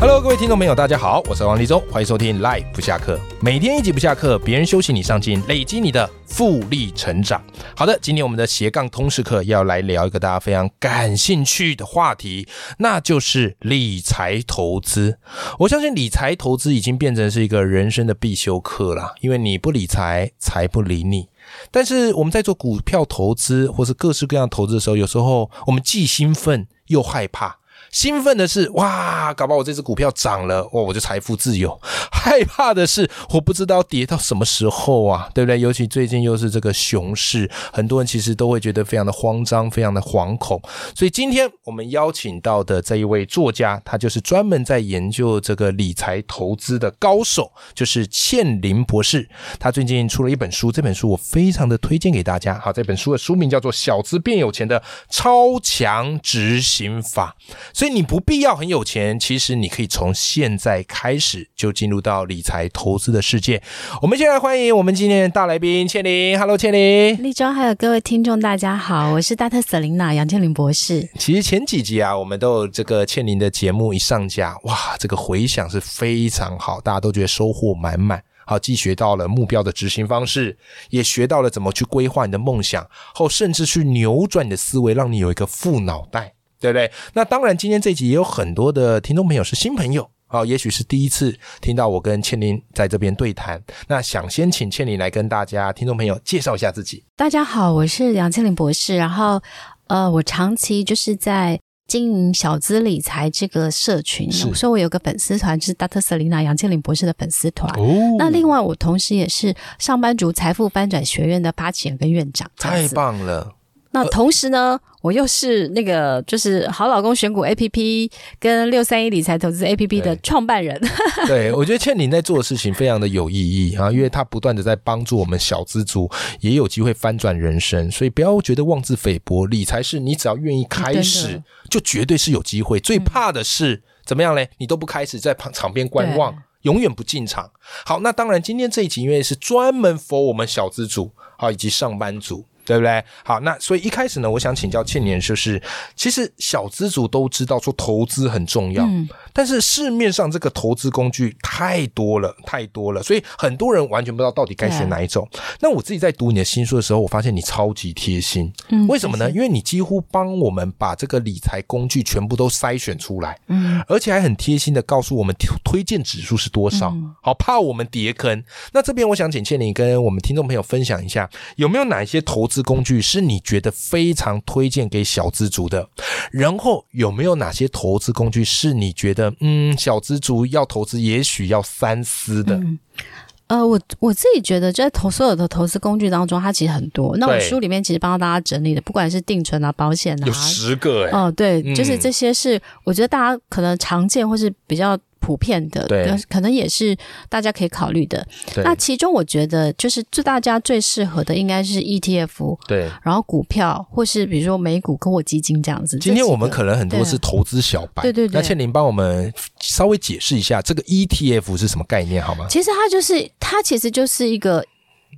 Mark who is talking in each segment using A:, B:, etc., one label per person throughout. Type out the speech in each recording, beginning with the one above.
A: Hello，各位听众朋友，大家好，我是王立中，欢迎收听 Life 不下课，每天一集不下课，别人休息你上进，累积你的复利成长。好的，今天我们的斜杠通识课要来聊一个大家非常感兴趣的话题，那就是理财投资。我相信理财投资已经变成是一个人生的必修课啦，因为你不理财，财不理你。但是我们在做股票投资或是各式各样投资的时候，有时候我们既兴奋又害怕。兴奋的是，哇，搞不好我这只股票涨了，哇，我就财富自由。 害怕的是，我不知道跌到什么时候啊，对不对？尤其最近又是这个熊市，很多人其实都会觉得非常的慌张，非常的惶恐。所以今天我们邀请到的这一位作家，他就是专门在研究这个理财投资的高手，就是倩林博士。他最近出了一本书，这本书我非常的推荐给大家。好，这本书的书名叫做《小资变有钱的超强执行法》。所以你不必要很有钱，其实你可以从现在开始就进入到理财投资的世界。我们先来欢迎我们今天的大来宾倩玲，Hello，倩玲。
B: 立中还有各位听众，大家好，我是大特瑟琳娜杨倩玲博士。
A: 其实前几集啊，我们都有这个倩玲的节目一上架，哇，这个回响是非常好，大家都觉得收获满满。好，既学到了目标的执行方式，也学到了怎么去规划你的梦想，后甚至去扭转你的思维，让你有一个富脑袋，对不对？那当然，今天这集也有很多的听众朋友是新朋友。好，也许是第一次听到我跟倩玲在这边对谈，那想先请倩玲来跟大家听众朋友介绍一下自己。
B: 大家好，我是杨倩玲博士。然后，呃，我长期就是在经营小资理财这个社群，
A: 是
B: 所以我有个粉丝团，就是大特瑟琳娜杨倩玲博士的粉丝团。
A: 哦
B: 那另外，我同时也是上班族财富翻转学院的发起人跟院长，这样
A: 太
B: 子。
A: 棒呃了，
B: 那同时呢，我又是那个就是好老公选股 A P P 跟六三一理财投资 A P P 的
A: 对
B: 创办人。
A: 对，我觉得倩玲在做的事情非常的有意义啊，因为她不断的在帮助我们小资族也有机会翻转人生，所以不要觉得妄自菲薄，理财是你只要愿意开
B: 真
A: 始
B: 的，
A: 就绝对是有机会。最怕的是、怎么样嘞？你都不开始，在旁场边观望
B: 对。
A: 嗯永远不进场。好，那当然，今天这一集因为是专门 for 我们小资族，好以及上班族，对不对？好，那所以一开始呢，我想请教倩莲，就是其实小资族都知道说投资很重要，
B: 嗯
A: 但是市面上这个投资工具太多了，太多了，所以很多人完全不知道到底该选哪一种。那我自己在读你的新书的时候，我发现你超级贴心，
B: 嗯
A: 为什么呢？
B: 谢谢
A: 因为你几乎帮我们把这个理财工具全部都筛选出来，嗯，而且还很贴心的告诉我们推推荐指数是多少，
B: 嗯
A: 好怕我们跌坑。那这边我想请倩玲跟我们听众朋友分享一下，有没有哪一些投资工具是你觉得非常推荐给小资族的？然后有没有哪些投资工具是你觉得嗯小资族要投资也许要三思
B: 嗯
A: 的？
B: 呃，我我自己觉得，在投所有的投资工具当中，它其实很多。那我
A: 对
B: 书里面其实帮大家整理的，不管是定存啊、保险啊，
A: 有十个哎、
B: 哦、对，
A: 嗯
B: 就是这些是我觉得大家可能常见或是比较普遍的，
A: 对
B: 可可能也是大家可以考虑的。
A: 对
B: 那其中我觉得，就是最大家最适合的应该是 ETF，
A: 对。
B: 然后股票，或是比如说美股跟我基金这样子。
A: 今天
B: 这几
A: 我们
B: 个
A: 可能很多
B: 对
A: 是投资小白，
B: 对对对
A: 那倩玲帮我们稍微解释一下这个 ETF 是什么概念好吗？
B: 其实它就是它其实就是一个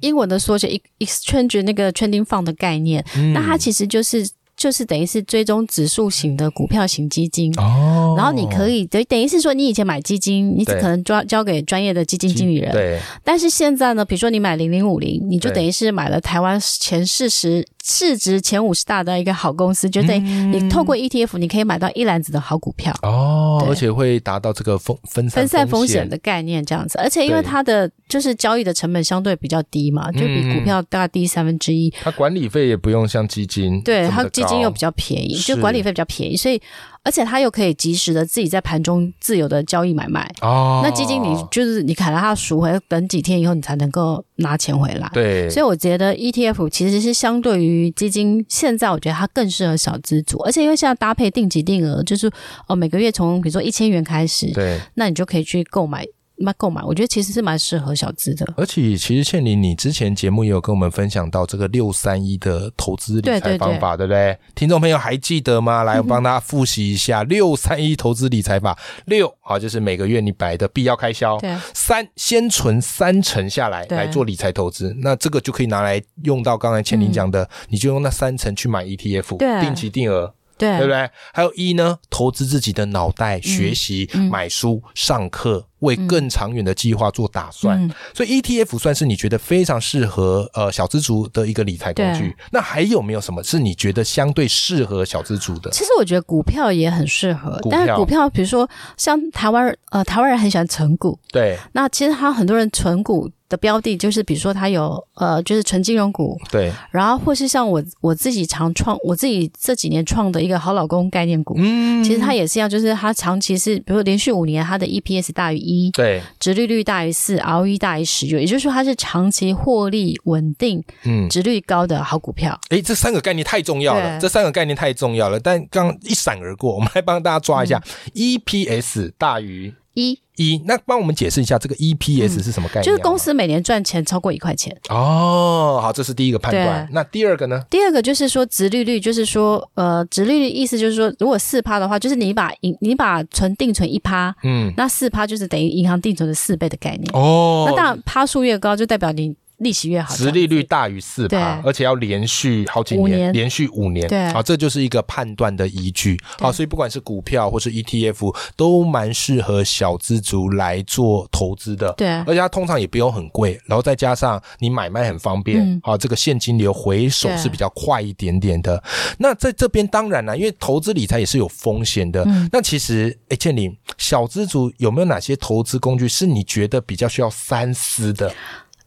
B: 英文的缩写 exchange 那个 trading fund 的概念，
A: 嗯
B: 那它其实就是就是等于是追踪指数型的股票型基金。
A: 哦
B: 然后你可以等等于是说，你以前买基金，你只
A: 对
B: 可能交交给专业的基金经理人，
A: 哦对
B: 但是现在呢，比如说你买零零五零，你就
A: 对
B: 等于是买了台湾前四十市值前五十大的一个好公司，就等于
A: 嗯
B: 你透过 ETF，你可以买到一篮子的好股票。
A: 哦，
B: 对
A: 而且会达到这个风分散
B: 分散风险
A: 险
B: 的概念这样子，而且因为
A: 对
B: 它的就是交易的成本相对比较低嘛，就比
A: 嗯
B: 股票大概低三分之一。
A: 它管理费也不用像基金这么
B: 对，
A: 的高，
B: 它基金又比较便宜，
A: 是
B: 就管理费比较便宜，所以而且它又可以及时的自己在盘中自由的交易买卖。
A: 哦，
B: 那基金你就是你砍了它赎回，等几天以后你才能够拿钱回来。
A: 对，
B: 所以我觉得 ETF 其实是相对于基金，现在我觉得它更适合小资族，而且因为现在搭呃配定期定额，就是哦每个月从比如说一千元开始，
A: 对
B: 那你就可以去购买买购买，我觉得其实是蛮适合小资的。
A: 而且其实倩玲，你之前节目也有跟我们分享到这个六三一的投资理财方法，对不对？听众朋友还记得 吗？来，我帮大家复习一下六三一投资理财法。六啊，就是每个月你摆的必要开销。
B: 对
A: 三，先存三成下来
B: 对
A: 来做理财投资，那这个就可以拿来用到刚才倩玲讲的，你就用那三成去买 ETF，
B: 嗯对
A: 定期定额。
B: 对嗯
A: 对不对？还有一呢，投资自己的脑袋，学习、买书、上课，为更长远的计划做打算。
B: 嗯
A: 所以 ETF 算是你觉得非常适合呃小资族的一个理财工具。那还有没有什么是你觉得相对适合小资族的？
B: 其实我觉得股票也很适合
A: 股，
B: 但是
A: 票
B: 股票，比如说像台湾人呃，台湾人很喜欢存股，
A: 对
B: 那其实他很多人存股的标的就是，比如说他有呃，就是纯金融股，
A: 对，
B: 然后或是像我我自己常创，我自己这几年创的一个好老公概念股，
A: 嗯，
B: 其实它也是一样，就是它长期是，比如连续五年它的 EPS 大于一，
A: 对，
B: 殖利率大于四，ROE 大于十，也就是说它是长期获利稳定、
A: 嗯。
B: 殖率高的好股票。
A: 诶，这三个概念太重要了，
B: 对
A: 这三个概念太重要了，但刚一闪而过，我们来帮大家抓一下、EPS 大于
B: 一
A: 一，那帮我们解释一下这个 EPS 是什么概念好吗？
B: 嗯就是公司每年赚钱超过一块钱。
A: 哦，好，这是第一个判断。
B: 对
A: 那第二个呢？
B: 第二个就是说，殖利率就是说，呃，殖利率意思就是说，如果四趴的话，就是你把银你把存定存一趴，
A: 嗯，
B: 那四趴就是等于银行定存的四倍的概念。
A: 哦
B: 那当然，趴数越高，就代表你利息越好。
A: 殖利率大于四
B: 对
A: 趴，而且要连续好几
B: 五
A: 年，
B: 年
A: 连续五年，
B: 对
A: 好，这就是一个判断的依据。好，所以不管是股票或是 ETF，都蛮适合小资族来做投资的。
B: 对啊
A: 而且它通常也不用很贵，然后再加上你买卖很方便，
B: 嗯
A: 好、这个现金流回手是比较快一点点的。那在这边当然啦，因为投资理财也是有风险的。
B: 嗯
A: 那其实，哎，倩玲，小资族有没有哪些投资工具是你觉得比较需要三思的？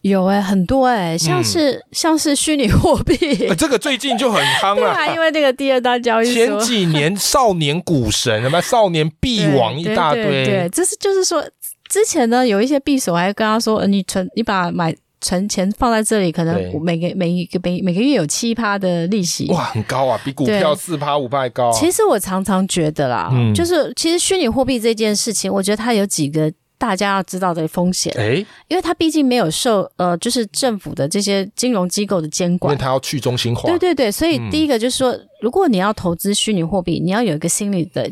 B: 有哎、很多哎、像是、像是虚拟货币，
A: 呃这个最近就很夯
B: 对
A: 了、
B: 啊，因为那个第二大交易
A: 前
B: 所。
A: 几 年少年股神什么少年币王一大
B: 对对对对，
A: 堆，
B: 这是就是说，之前呢有一些币手还跟他说，呃、你存你把买存钱放在这里，可
A: 对
B: 能我每个每一个每每个月有七趴的利息。
A: 哇，很高啊，比股票四趴五趴还高啊、
B: 其实我常常觉得啦，
A: 嗯
B: 就是其实虚拟货币这件事情，我觉得它有几个大家要知道的风险，
A: 哎，因
B: 因为它毕竟没有受呃就是政府的这些金融机构的监
A: 为
B: 管。
A: 它要去中心化，
B: 对对对，所
A: 嗯
B: 以第一个就是说，如果你要投资虚拟货币，你要有一个心理的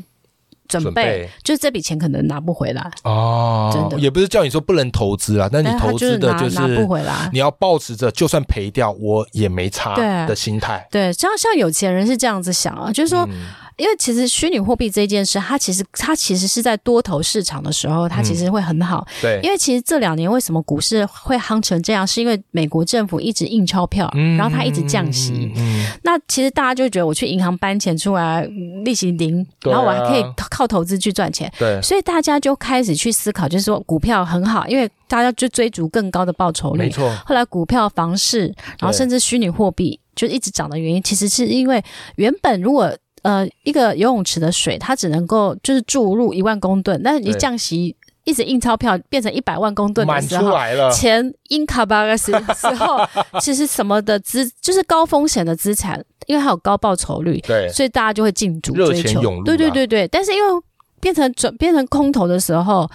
B: 准备，
A: 准备
B: 就是这笔钱可能拿不回来。
A: 哦
B: 真，的
A: 也不是叫你说不能投资啊，但你
B: 但他
A: 投
B: 就是
A: 资的
B: 拿
A: 就
B: 拿
A: 是
B: 不回来。
A: 你要保持着就算赔掉我也没差
B: 对啊
A: 的心态，
B: 对，像像有钱人是这样子想啊，就是
A: 嗯
B: 说，因为其实虚拟货币这件事，它其实它其实是在多头市场的时
A: 嗯
B: 候，它其实会很好。
A: 对
B: 因为其实这两年为什么股市会夯成这样，是因为美国政府一直印钞票，然后它一直降息。
A: 嗯，
B: 那其实大家就觉得我去银行搬钱出来，利息零，
A: 对啊
B: 然后我还可以靠投资去赚钱。
A: 对，
B: 所以大家就开始去思考，就是说股票很好，因为大家就追逐更高的报酬
A: 没
B: 率。
A: 错，
B: 后来股票、房市，然后
A: 对
B: 甚至虚拟货币，就一直涨的原因，其实是因为原本如果呃一个游泳池的水，它只能够就是注入一万公吨，但是你
A: 对
B: 降息一直印钞票变成一百万公吨的
A: 满
B: 时
A: 出啊
B: 候。
A: 来了，
B: 钱 in c a b a 的时时候，其实什么的资就是高风险的资产，因为它有高报酬率，
A: 对，
B: 所以大家就会进逐
A: 热
B: 追
A: 钱
B: 求
A: 涌入。啊
B: 对对
A: 啦
B: 对对，但是因为变成转变成空头的时候，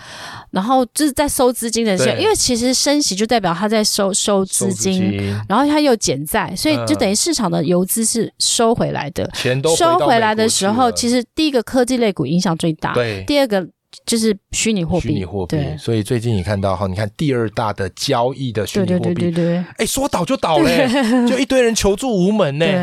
B: 然后就是在收资金的时候，
A: 对
B: 因为其实升息就代表他在收
A: 收
B: 收资金，
A: 金
B: 然后他又减债，所以就
A: 嗯
B: 等于市场的游资是收回来的。
A: 钱都
B: 收回来的时候，
A: 实
B: 其实第一个科技类股影响最大，
A: 对。
B: 啊第二个就是虚拟货币，
A: 虚拟货币，
B: 对
A: 所以最近你看到哈，你看第二大的交易的虚
B: 对
A: 拟
B: 对
A: 货
B: 对对
A: 币，
B: 对
A: 哎，说倒就倒嘞，就一堆人求助无门呢，
B: 对。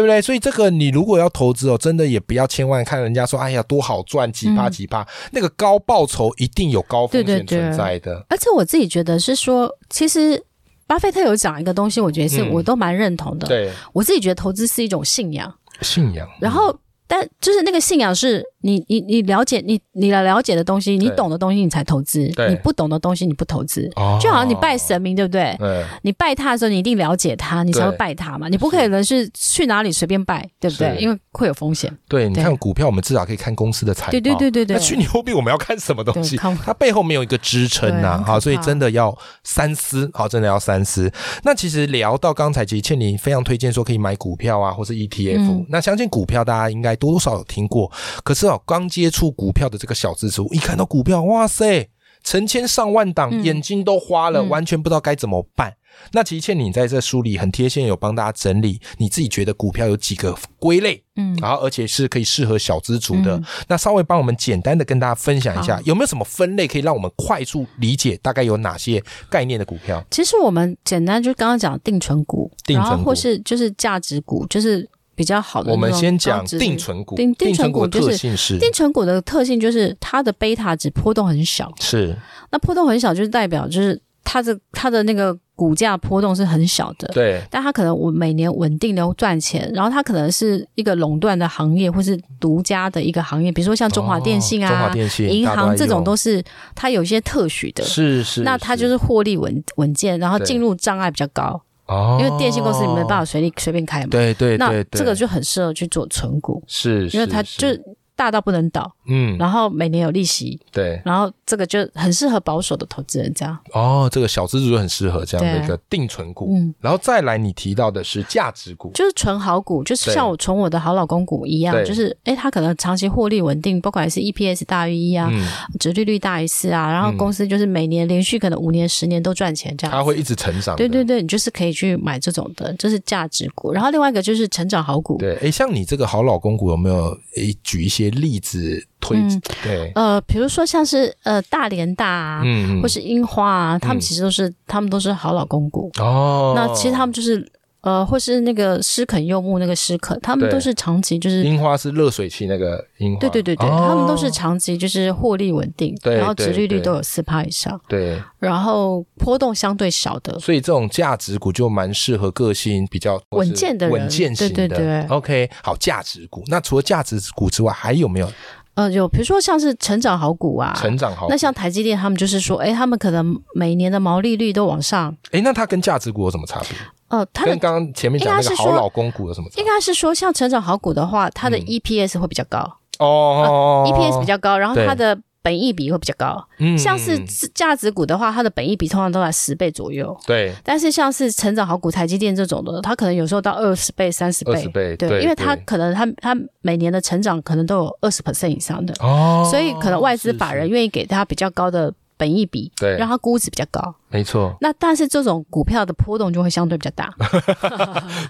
A: 对不对？所以这个你如果要投资哦，真的也不要千万看人家说，哎呀多好赚几趴
B: 嗯
A: 几趴，那个高报酬一定有高风
B: 对
A: 险
B: 对对
A: 存在的。
B: 而且我自己觉得是说，其实巴菲特有讲一个东西，我觉得是
A: 嗯
B: 我都蛮认同的。
A: 对，
B: 我自己觉得投资是一种信仰，
A: 信仰。
B: 然后。但就是那个信仰是你你你了解你你了解的东西，你懂的东西你才投资，
A: 对
B: 你不懂的东西你不投资。
A: 哦
B: 就好像你拜，神明，对不对？
A: 嗯，
B: 你拜他的时候，你一定了解他，你才会拜他嘛。你不可能是去哪里随便拜，对不对？
A: 是
B: 因为会有风险。
A: 对，你
B: 对
A: 看股票，我们至少可以看公司的财报。
B: 对对对对对
A: 那虚拟货币我们要看什么东西
B: 对看？
A: 它背后没有一个支撑呐、
B: 对很可
A: 好，所以
B: 怕
A: 真的要三思，好，真的要三思。那其实聊到刚才，其实倩玲非常推荐说可以买股票啊，或是 ETF、
B: 嗯
A: 那相信股票大家应该多多少少有听过，可是哦，刚接触股票的这个小资族，一看到股票，哇塞！成千上万档，
B: 嗯
A: 眼睛都花了，
B: 嗯
A: 完全不知道该怎么办。那其实倩你在这书里很贴心，有帮大家整理你自己觉得股票有几个归类，
B: 嗯，
A: 然后而且是可以适合小资族的。
B: 嗯
A: 那稍微帮我们简单的跟大家分享一下
B: 好，
A: 有没有什么分类可以让我们快速理解大概有哪些概念的股票？
B: 其实我们简单就刚刚讲定存股，
A: 定存股
B: 然后或是就是价值股，就是比较好的那
A: 我
B: 种
A: 们先讲
B: 高值率
A: 定。存股，
B: 定嗯定存股
A: 的
B: 就
A: 特
B: 是
A: 性是
B: 定存股的特性就是它的贝塔值波动很小，
A: 是，
B: 那波动很小就是代表就是它的它的那个股价波动是很小的。
A: 对，
B: 但它可能我每年稳定的赚钱，然后它可能是一个垄断的行业，或是独家的一个行业，比如说像中华电信
A: 哦中
B: 啊、
A: 华电信、
B: 银
A: 大家
B: 行
A: 爱
B: 这种
A: 用
B: 都是它有一些特许的，
A: 是是，
B: 那它就是获利稳稳健，然后
A: 对
B: 进入障碍比较高。
A: 哦，
B: 因为电信公司你没办
A: 法，
B: 法随便随便开嘛。
A: 对对
B: 那
A: 对，
B: 这个就很适合去做存股，
A: 是，
B: 因为它
A: 是
B: 就是大到不能倒，
A: 嗯，
B: 然后每年有利息，
A: 对
B: 然后这个就很适合保守的投资人这样。
A: 哦，这个小资主很适合这样的
B: 对啊
A: 一个定存股，
B: 嗯，
A: 然后再来你提到的是价值股，
B: 就是存好股，就是
A: 对
B: 像我存我的好老公股一样
A: 对，
B: 就是诶，它可能长期获利稳定，不管是 EPS 大于一啊，
A: 嗯，
B: 折利率大于四啊，然后
A: 嗯
B: 公司就是每年连续可能五年、十年都赚钱这样。
A: 它会一直成长的，
B: 对对对，你就是可以去买这种的，这是价值股。然后另外一个就是成长好股，
A: 对，哎，像你这个好老公股有没有诶举一些例子推？
B: 嗯
A: 对，
B: 呃，比如说像是呃大连大啊，
A: 嗯，嗯
B: 或是樱花啊，他
A: 嗯
B: 们其实都是、他们都是好老公股。
A: 哦，
B: 那其实他们就是呃，或是那个诗肯柚木那个诗肯，他们
A: 对
B: 都是长期就是
A: 樱花是热水器那个樱花，
B: 对对对对，
A: 哦
B: 他们都是长期就是获利稳定，
A: 对
B: 然后
A: 对
B: 殖利率
A: 对
B: 都有四趴以上，
A: 对，
B: 然后波动相对小的。
A: 所以这种价值股就蛮适合个性比较
B: 稳健的人
A: 稳健型的。
B: 对对对
A: OK，好，价值股。那除了价值股之外，还有没有
B: 呃，有比如说像是成长好股啊，
A: 成长好股？
B: 那像台积电他们就是说，哎，他们可能每年的毛利率都往上，
A: 哎，那它跟价值股有什么差别？
B: 呃，它的
A: 跟刚刚前面讲那
B: 应该
A: 个
B: 是
A: 好
B: 说
A: 老公股有什么差
B: 应
A: 别？
B: 该是说像成长好股的话，它的
A: 嗯
B: EPS 会比较高、
A: 哦哦嗯
B: e p s 比较高，然后
A: 对
B: 它的本益比会比较高。
A: 较
B: 像是自价值股的话，它的本益比通常都在十倍左右。
A: 对
B: 但是像是成长好股、台积电这种的，它可能有时候到二十倍、三十
A: 二十倍，
B: 倍，对，因为它
A: 对
B: 可能它它每年的成长可能都有二十 percent 以上的，
A: 哦，
B: 所以可能外资
A: 是
B: 法
A: 是
B: 人愿意给它比较高的本益比，
A: 对
B: 让它估值比较高。
A: 没错。
B: 那但是这种股票的波动就会相对比较 大。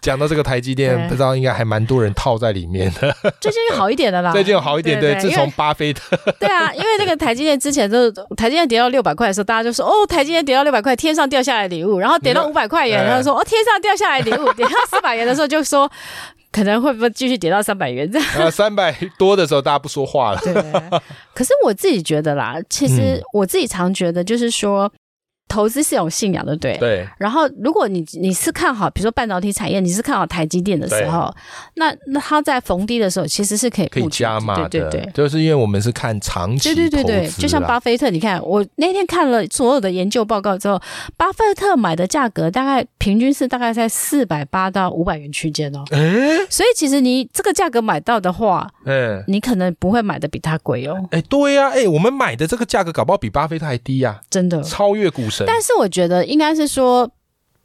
A: 讲到这个台积电，
B: 对
A: 不知道应该还蛮多人套在里面的。
B: 最近好一点的啦，
A: 最近有好一点，
B: 啊对
A: 对，
B: 对
A: 自
B: 因
A: 从
B: 为
A: 巴菲特，
B: 对啊，因为那个台积电之前就是 台积电跌到六百块的时候，大家就说哦，台积电跌到六百块，天上掉下来礼物。然后跌到五百块
A: 哎
B: 钱，然后说哦，天上掉下来礼物。跌到四百元的时候就说可能会不会继续跌到三百元这样。
A: 呃，三百多的时候大家不说话了。
B: 对，可是我自己觉得啦，其实
A: 嗯
B: 我自己常觉得就是说，投资是有信仰的，对不对。
A: 对，
B: 然后，如果你你是看好，比如说半导体产业，你是看好台积电的时候，那那它在逢低的时候，其实是可以
A: 可以
B: 布局
A: 加码的，
B: 对对对，
A: 就是因为我们是看长期
B: 对对对对
A: 投，资啊
B: 就像
A: 啦
B: 巴菲特，你看我那天看了所有的研究报告之后，巴菲特买的价格大概平均是大概在四百八到五百元区间哦。所以其实你这个价格买到的话，
A: 嗯。
B: 你可能不会买的比他贵哦，
A: 哎，对呀、哎、我们买的这个价格搞不好比巴菲特还低呀、
B: 真的。
A: 超越股神。
B: 嗯但是我觉得应该是说，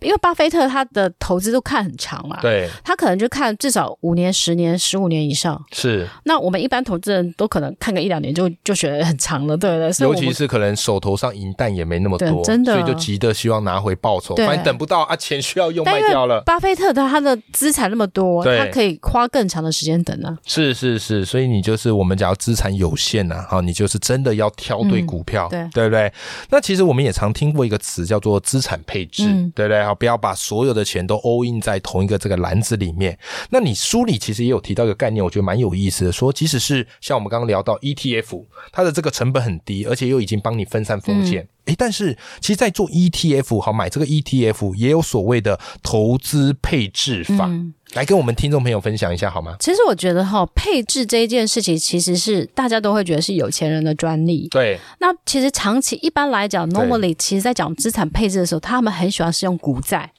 B: 因为巴菲特他的投资都看很长嘛，
A: 对，
B: 他可能就看至少五年、十年、十五年以上。
A: 是，
B: 那我们一般投资人都可能看个一两年就就觉得很长了，对不对？所以
A: 尤
B: 我
A: 其
B: 们
A: 是可能手头上银弹也没那么多，
B: 对真的
A: 所以就急得希望拿回报酬，
B: 对
A: 反正等不到啊，钱需要用
B: 但
A: 卖
B: 因为
A: 掉了。
B: 巴菲特他他的资产那么多，
A: 对
B: 他可以花更长的时间等啊。
A: 是是是，所以你就是我们讲要资产有限呐、啊，好，你就是真的要挑对
B: 嗯
A: 股票，
B: 对
A: 对不对？那其实我们也常听过一个词叫做资产配置，
B: 嗯
A: 对不对？好，不要把所有的钱都 all in 在同一个这个篮子里面。那你书里其实也有提到一个概念，我觉得蛮有意思的，说即使是像我们刚刚聊到 ETF，它的这个成本很低，而且又已经帮你分散风险。
B: 嗯
A: 诶，但是其实，在做 ETF 好买这个 ETF 也有所谓的投资配置法，
B: 嗯
A: 来跟我们听众朋友分享一下好吗？
B: 其实我觉得哈，配置这一件事情其实是大家都会觉得是有钱人的专利。
A: 对，
B: 那其实长期一般来讲
A: 对
B: ，normally 其实在讲资产配置的时候，他们很喜欢是用股债。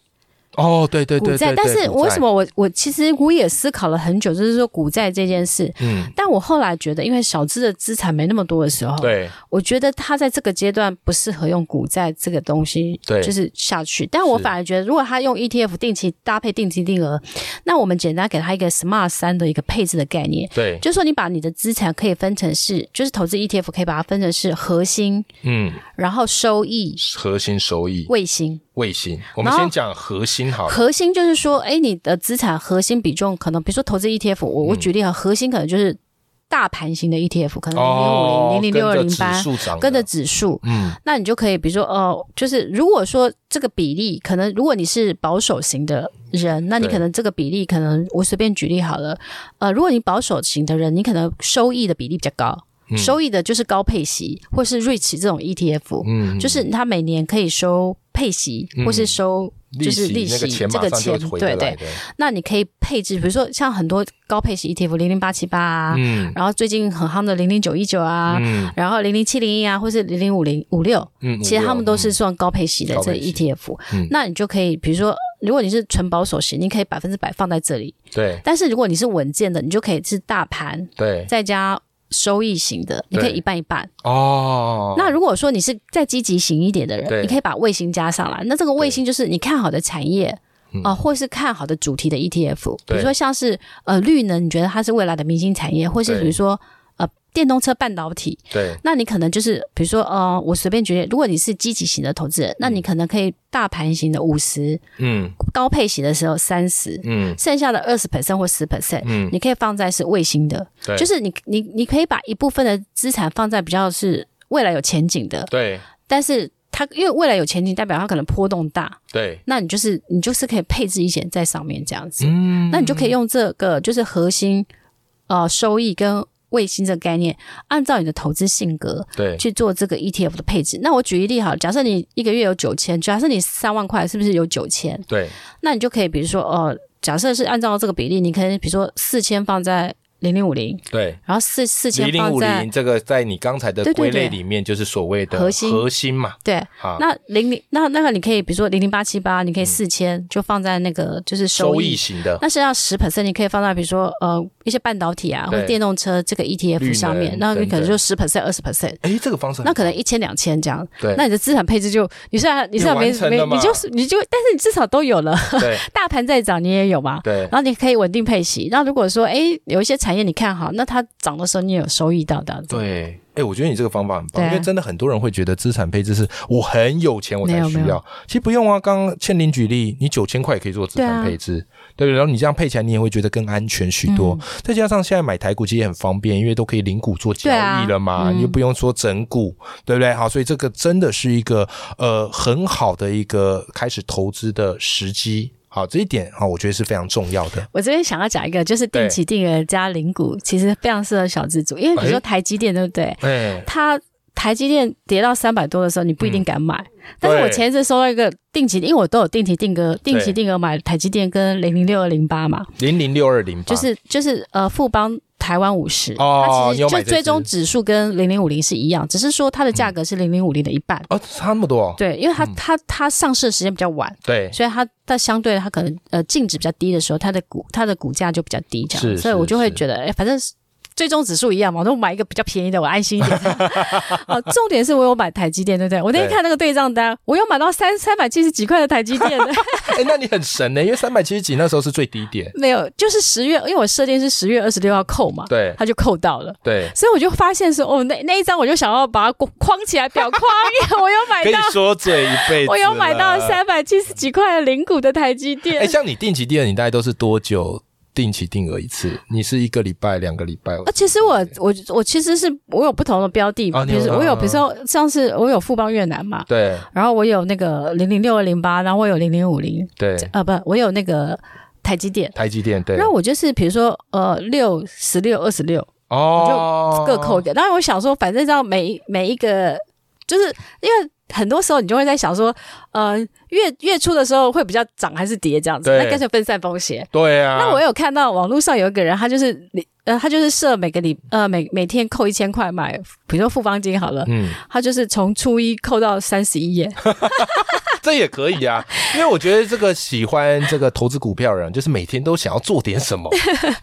A: 哦，对对
B: 股
A: 对对，，
B: 债但是
A: 股
B: 我为
A: 债
B: 什？么我我其实我也思考了很久，就是说股债这件事。
A: 嗯，
B: 但我后来觉得，因为小资的资产没那么多的时候，
A: 对
B: 我觉得他在这个阶段不适合用股债这个东西，
A: 对
B: 就是下去。但我
A: 是
B: 反而觉得，如果他用 ETF 定期搭配定期定额，那我们简单给他一个 SMART 三的一个配置的概念，
A: 对，
B: 就是说你把你的资产可以分成是，就是投资 ETF 可以把它分成是核心，
A: 嗯，
B: 然后收益、
A: 核心收益
B: 卫星。
A: 卫星，我们
B: 然后
A: 先讲核心好了。
B: 核心就是说，哎，你的资产核心比重可能，比如说投资 ETF，我
A: 嗯
B: 我举例啊，核心可能就是大盘型的 ETF，可能
A: 哦，
B: 零零五
A: 跟着
B: 零、零零六二零
A: 指
B: 八，
A: 数涨的，
B: 跟着指数。
A: 嗯，
B: 那你就可以，比如说，呃，就是如果说这个比例，可能如果你是保守型的人，那你
A: 对
B: 可能这个比例，可能我随便举例好了，呃，如果你保守型的人，你可能收益的比例比较高，
A: 嗯
B: 收益的就是高配息，或是 REITs 这种 E ETF，、
A: 嗯，
B: 就是它每年可以收配息，或是收就是利
A: 那
B: 息
A: 个钱
B: 这
A: 马
B: 个
A: 上就
B: 钱
A: 会，回得
B: 对
A: 来
B: 对。
A: 的，
B: 那你可以配置，比如说像很多高配息 ETF 零零八七八啊，
A: 嗯
B: 然后最近很夯的零零九一九啊。
A: 嗯
B: 然后零零七零一啊，或是零零五零五六，
A: 嗯，
B: 其实他们都
A: 56
B: 是算高配息的
A: 高
B: 这
A: 配息
B: ETF
A: 嗯。
B: 那你就可以，比如说，如果你是纯保守型，你可以百分之百放在这里；
A: 嗯对
B: 但是如果你是稳健的，你就可以是大盘
A: 对
B: 再加收益型的，你可以
A: 对
B: 一半一半。
A: 哦，
B: 那如果说你是再积极型一点的
A: 对
B: 人，你可以把卫星加上来。那这个卫星就是你看好的产业
A: 嗯
B: 啊、呃或是看好的主题的 ETF，比
A: 对
B: 如说像是呃绿能，你觉得它是未来的明星产业，或是
A: 对
B: 比如说呃电动车半导体，
A: 对
B: 那你可能就是比如说呃我随便举例，如果你是积极型的投资人，那你可能可以大盘型的五十，
A: 嗯
B: 高配型的时候三十。
A: 嗯
B: 剩下的二十 percent 或十 percent，
A: 嗯，
B: 你可以放在是卫星的，
A: 对
B: 就是你你你可以把一部分的资产放在比较是未来有前景的，
A: 对
B: 但是它因为未来有前景，代表它可能波动大，
A: 对
B: 那你就是你就是可以配置一些在上面这样子，
A: 嗯，
B: 那你就可以用这个就是核心呃收益跟卫星这个概念，按照你的投资性格
A: 对
B: 去做这个 ETF 的配置。那我举一例好了，假设你一个月有九千，假设你三万块，是不是有九千？
A: 对
B: 那你就可以比如说呃，假设是按照这个比例，你可以比如说四千放在零零五零，
A: 对。
B: 然后四四
A: 零
B: 千
A: 零
B: 放
A: 五
B: 在
A: 零这个在你刚才的
B: 对对
A: 归类
B: 对
A: 里面，就是所谓的
B: 核心
A: 核心嘛，
B: 对，
A: 啊，
B: 那零零那那个你可以，比如说零零八七八，你可以四千就放在那个就是收益。
A: 嗯收益型的，
B: 那剩下十 percent 你可以放在比如说呃一些半导体啊或
A: 对
B: 者电动车这个
A: 绿
B: ETF
A: 能
B: 上面，那你可
A: 等
B: 能
A: 等
B: 就十 percent 二十 percent，
A: 哎，这个方式很
B: 那可能
A: 好
B: 一千两千这样。
A: 对，
B: 那你的资产配置就你虽然你虽然
A: 你
B: 没
A: 完成
B: 没
A: 了嘛
B: 你就是你就但是你至少都有了，
A: 对
B: 大盘在涨你也有嘛。
A: 对
B: 然后你可以稳定配息。那如果说诶有一些产业你看好，那它涨的时候你也有收益到这样子。
A: 对，哎、我觉得你这个方法很棒，
B: 对啊
A: 因为真的很多人会觉得资产配置是我很有钱我才
B: 没有
A: 需
B: 没
A: 要
B: 有，
A: 其实不用啊。刚刚倩玲举例，你九千块也可以做资
B: 啊
A: 产配置，对不对？然后你这样配起来，你也会觉得更安全许多。
B: 嗯
A: 再加上现在买台股其实也很方便，因为都可以零股做交
B: 对啊
A: 易了嘛，你又不用说整股，对不对？好，所以这个真的是一个呃很好的一个开始投资的时机。好，这一点啊、我觉得是非常重要的。
B: 我这边想要讲一个，就是定期定额加零股，其实非常适合小资族，因为比如说台积电，对不对？
A: 哎、
B: 它台积电跌到三百多的时候，你不一定敢买。但是我
A: 对
B: 前一次收到一个定期，因为我都有定期定额，定期定额买台积电跟零零六二零八嘛，
A: 零零六二零
B: 就是就是呃富邦。台湾五十，
A: 哦
B: 它
A: 你
B: 其
A: 有
B: 实
A: 买这
B: 就
A: 只
B: 追踪指数跟零零五零是一样，只是说它的价格是零零五零的一半。
A: 哦，差那么多哦，
B: 对，因为它、它它上市的时间比较晚，
A: 对
B: 所以它它相对它可能呃净值比较低的时候，它的股它的股价就比较低，这
A: 是
B: 样，所以
A: 是
B: 我就会
A: 是
B: 觉得，哎，反正是最终指数一样嘛，那我买一个比较便宜的，我安心一点。 哦，重点是我有买台积电，对不对？我那天
A: 对
B: 看那个对账单，我有买到三三百七十几块的 台积电，
A: 哎、那你很神呢、因为三百七十几那时候是最低点。
B: 没有，就是十月，因为我设定是十月二十六要扣嘛，
A: 对
B: 它就扣到了。
A: 对，
B: 所以我就发现说，哦，那那一张我就想要把它框起来裱框，因为我有买
A: 跟你
B: 到，
A: 说嘴一辈子。
B: 我有买到。三百七十几块的零股的台积电。
A: 哎、像你定期定额，你大概都是多久定期定额一次？你是一个礼拜、两个礼拜？
B: 啊，其实我我我其实是我有不同的标的，
A: 啊你
B: 比
A: 有
B: 如说我
A: 啊
B: 有比如说像是我有富邦越南嘛，
A: 对
B: 然后我有那个零零六二零八，然后我有零零五零，
A: 对，
B: 呃不，我有那个台积电。
A: 台积电对
B: 然后我就是比如说呃六十六二十六
A: 哦，
B: 各扣掉，当然我想说，反正这样每每一个就是因为很多时候你就会在想说，呃月月初的时候会比较涨还是跌这样子，
A: 对
B: 那干脆分散风险。
A: 对啊，
B: 那我有看到网络上有一个人，他就是呃，他就是设每个礼呃每每天扣一千块买，比如说复方金好了，
A: 嗯，
B: 他就是从初一扣到三十一耶，
A: 这也可以 啊，因为我觉得这个喜欢这个投资股票的人，就是每天都想要做点什 么，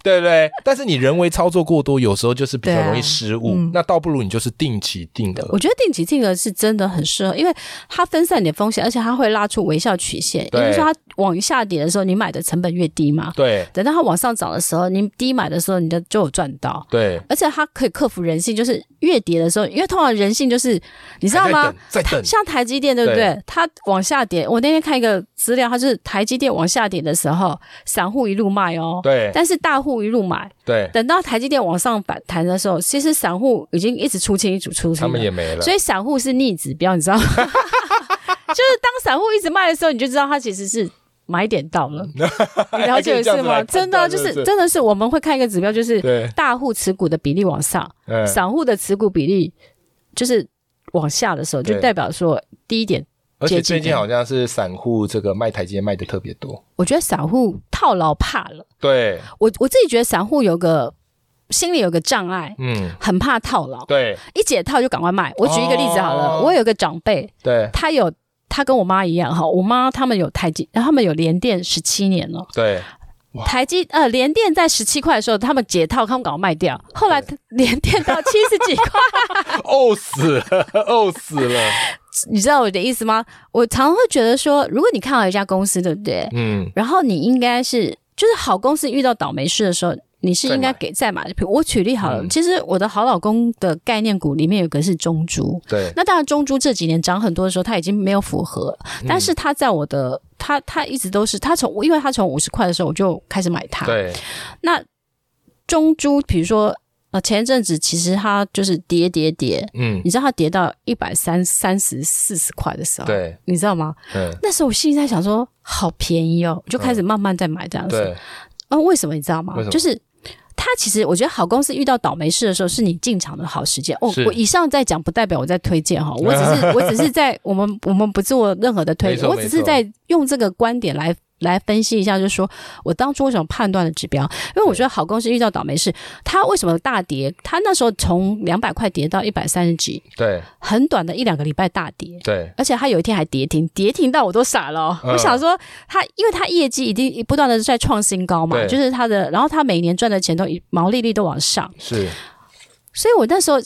A: 对不对？但是你人为操作过多，有时候就是比较
B: 对啊
A: 容易失误。
B: 嗯
A: 那倒不如你就是定期定额
B: 我，觉得定期定额是真的很适合，因为它分散你的风险，而且它会拉出微笑曲线，也
A: 对
B: 就是说它往下跌的时候，你买的成本越低嘛，
A: 对
B: 等到它往上涨的时候，你低买的时候，你的就有赚到。
A: 对，
B: 而且它可以克服人性，就是越跌的时候，因为通常人性就是你
A: 你
B: 知道吗？？
A: 再等，
B: 像台积电对不对？它往下跌，我那天看一个资料，它就是台积电往下跌的时候，散户一路卖哦，
A: 对
B: 但是大户一路买。
A: 对，
B: 等到台积电往上反弹的时候，其实散户已经一直出清，一直出
A: 他
B: 清
A: 们
B: 了，
A: 也没了
B: 所。以散户是逆指标，你 知道吗？就是当散户一直卖的时候，你就知道它其实是。买点到 了，你了解我意思吗？真的啊就是
A: 的，
B: 真的是，我们会看一个指标，就是
A: 对，
B: 大户持股的比例往上，
A: 嗯
B: 散户的持股比例就是往下的时候，
A: 对
B: 就代表说第一点，
A: 而且最
B: 接近
A: 近
B: 的
A: 好像是散户这个卖台阶卖的特别多。
B: 我觉得散户套牢怕了。
A: 对，
B: 我我自己觉得散户有个心里有个障碍，
A: 嗯，
B: 很怕套牢，
A: 对
B: 一解套就赶快卖。我举一个例子好了，
A: 哦
B: 我有个长辈，
A: 对
B: 他有他跟我妈一样哈，我妈他们有台积，他们有联电十七年了。
A: 对，
B: 台积呃联电在十七块的时候，他们解套，他们赶快卖掉。后来联电到七十几块，
A: 呕死了， 呕死了。
B: 你知道我的意思吗？我常常会觉得说，如果你看好一家公司，对不对？
A: 嗯，
B: 然后你应该是，就是好公司遇到倒霉事的时候，你是应
A: 再
B: 该
A: 买
B: 给再买的。比如我举例好了，
A: 嗯
B: 其实我的好老公的概念股里面有个是中珠，
A: 对，
B: 那当然中珠这几年涨很多的时候，它已经没有符合了，
A: 嗯
B: 但是它在我的，它它一直都是，它从因为它从五十块的时候我就开始买它，
A: 对
B: 那中珠比如说呃前一阵子其实它就是跌跌跌。
A: 嗯，
B: 你知道它跌到一百三三十四十块的时候，
A: 对，
B: 你知道吗？
A: 嗯，
B: 那时候我心里在想说，好便宜哦，我就开始慢慢在买这样子。
A: 对，
B: 嗯，为什么你知道吗
A: 为什？么
B: 就是它其实我觉得好公司遇到倒霉事的时候，是你进场的好时间。哦
A: 是，
B: 我以上在讲不代表我在推荐哈，我 只是我只是在我们我们不做任何的推
A: 没
B: 荐，
A: 错
B: 我只是在用这个观点来。来分析一下，就是说我当初为什么判断的指标，因为我觉得好公司遇到倒霉事，它为什么大跌？它那时候从两百块跌到一百三十几，
A: 对，
B: 很短的一两个礼拜大跌，
A: 对，
B: 而且它有一天还跌停，跌停到我都傻了哦、
A: 嗯
B: 我想说它，因为它业绩一定不断的在创新高嘛，
A: 对
B: 就是它的，然后它每年赚的钱都一毛利率都往上，
A: 是，
B: 所以我那时候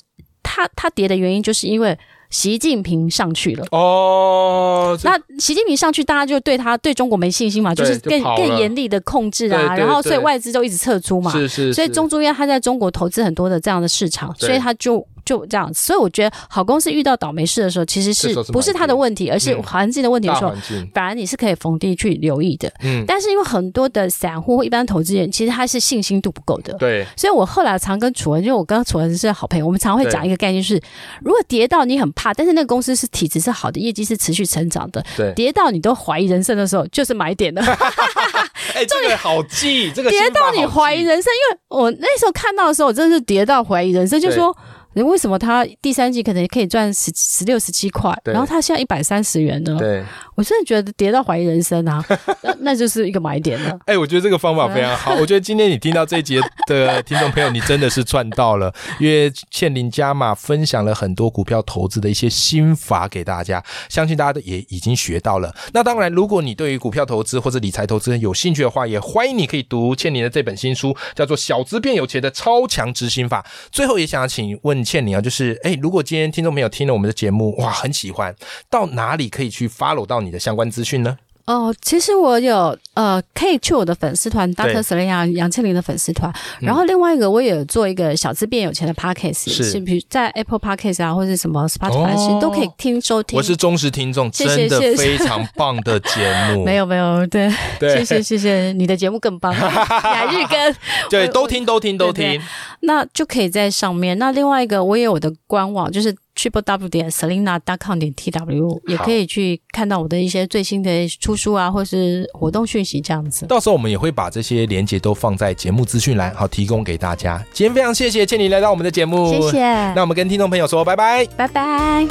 B: 它它跌的原因就是因为习近平上去了。
A: 哦，这
B: 那习近平上去，大家就对他对中国没信心嘛，
A: 对
B: 就是
A: 就
B: 更
A: 跑了
B: 更严厉的控制
A: 对
B: 啊，
A: 对
B: 然后所以
A: 对
B: 外资就一直撤出嘛，
A: 是是，
B: 所以
A: 是
B: 中租业他在中国投资很多的这样的市场，
A: 对
B: 所以他就就这样，所以我觉得好公司遇到倒霉事的时候，其实
A: 这
B: 是
A: 时候是
B: 不是
A: 买
B: 他的问题，而是
A: 嗯
B: 环境的问题的
A: 大
B: 时候，
A: 环境，
B: 反而你是可以逢低去留意的。
A: 嗯，
B: 但是因为很多的散户或一般投资人，其实他是信心度不够的。
A: 对，
B: 所以我后来常跟楚文，因为我跟楚文是好朋友，我们常会讲一个概念是，如果跌到你很怕，但是那个公司是体质是好的，业绩是持续成长的，
A: 对
B: 跌到你都怀疑人生的时候，就是买点的。
A: 哎，这个好记，这个
B: 跌
A: 心法
B: 到你
A: 好
B: 怀疑
A: 记，
B: 人生，因为我那时候看到的时候，我真的是跌到怀疑人生，就说。诶为什么他第三季可能可以赚十十六十七块，
A: 对
B: 然后他现在一百三十元呢？
A: 对，
B: 我真的觉得跌到怀疑人生 啊，那那就是一个买点了。
A: 哎、我觉得这个方法非常好。我觉得今天你听到这一节的听众朋友，你真的是赚到了，因为倩玲加码分享了很多股票投资的一些心法给大家，相信大家都也已经学到了。那当然，如果你对于股票投资或者理财投资有兴趣的话，也欢迎你可以读倩玲的这本新书，叫做《小资变有钱的超强执行法》。最后也想请问倩玲啊，就是哎、如果今天听众朋友听了我们的节目，哇，很喜欢，到哪里可以去 follow 到你的相关资讯呢？
B: 哦，其实我有呃，可以去我的粉丝团
A: 对嗯
B: Dr. Selina 杨千林的粉丝团，然后另外一个我也有做一个小资变有钱的 Podcast，
A: 是
B: 比如在 Apple Podcast 啊，或者什么 Spotify 其
A: 哦
B: 实都可以听收听。
A: 我是忠实听众，
B: 谢谢
A: 真的
B: 谢
A: 非
B: 谢
A: 常棒的节目，
B: 没有没有，对，谢
A: 对
B: 谢谢谢，你的节目更 棒，雅日跟
A: 对，
B: 我
A: 都听都听都听，
B: 那就可以在上面。那另外一个，我也有我的官网，就是 triple w 点 selina com 点 t w，也可以去看到我的一些最新的出书啊，或是活动讯息这样子。
A: 到时候我们也会把这些连接都放在节目资讯栏，好提供给大家。今天非常谢谢倩妮来到我们的节目，
B: 谢。谢，
A: 那我们跟听众朋友说拜拜。
B: 拜拜。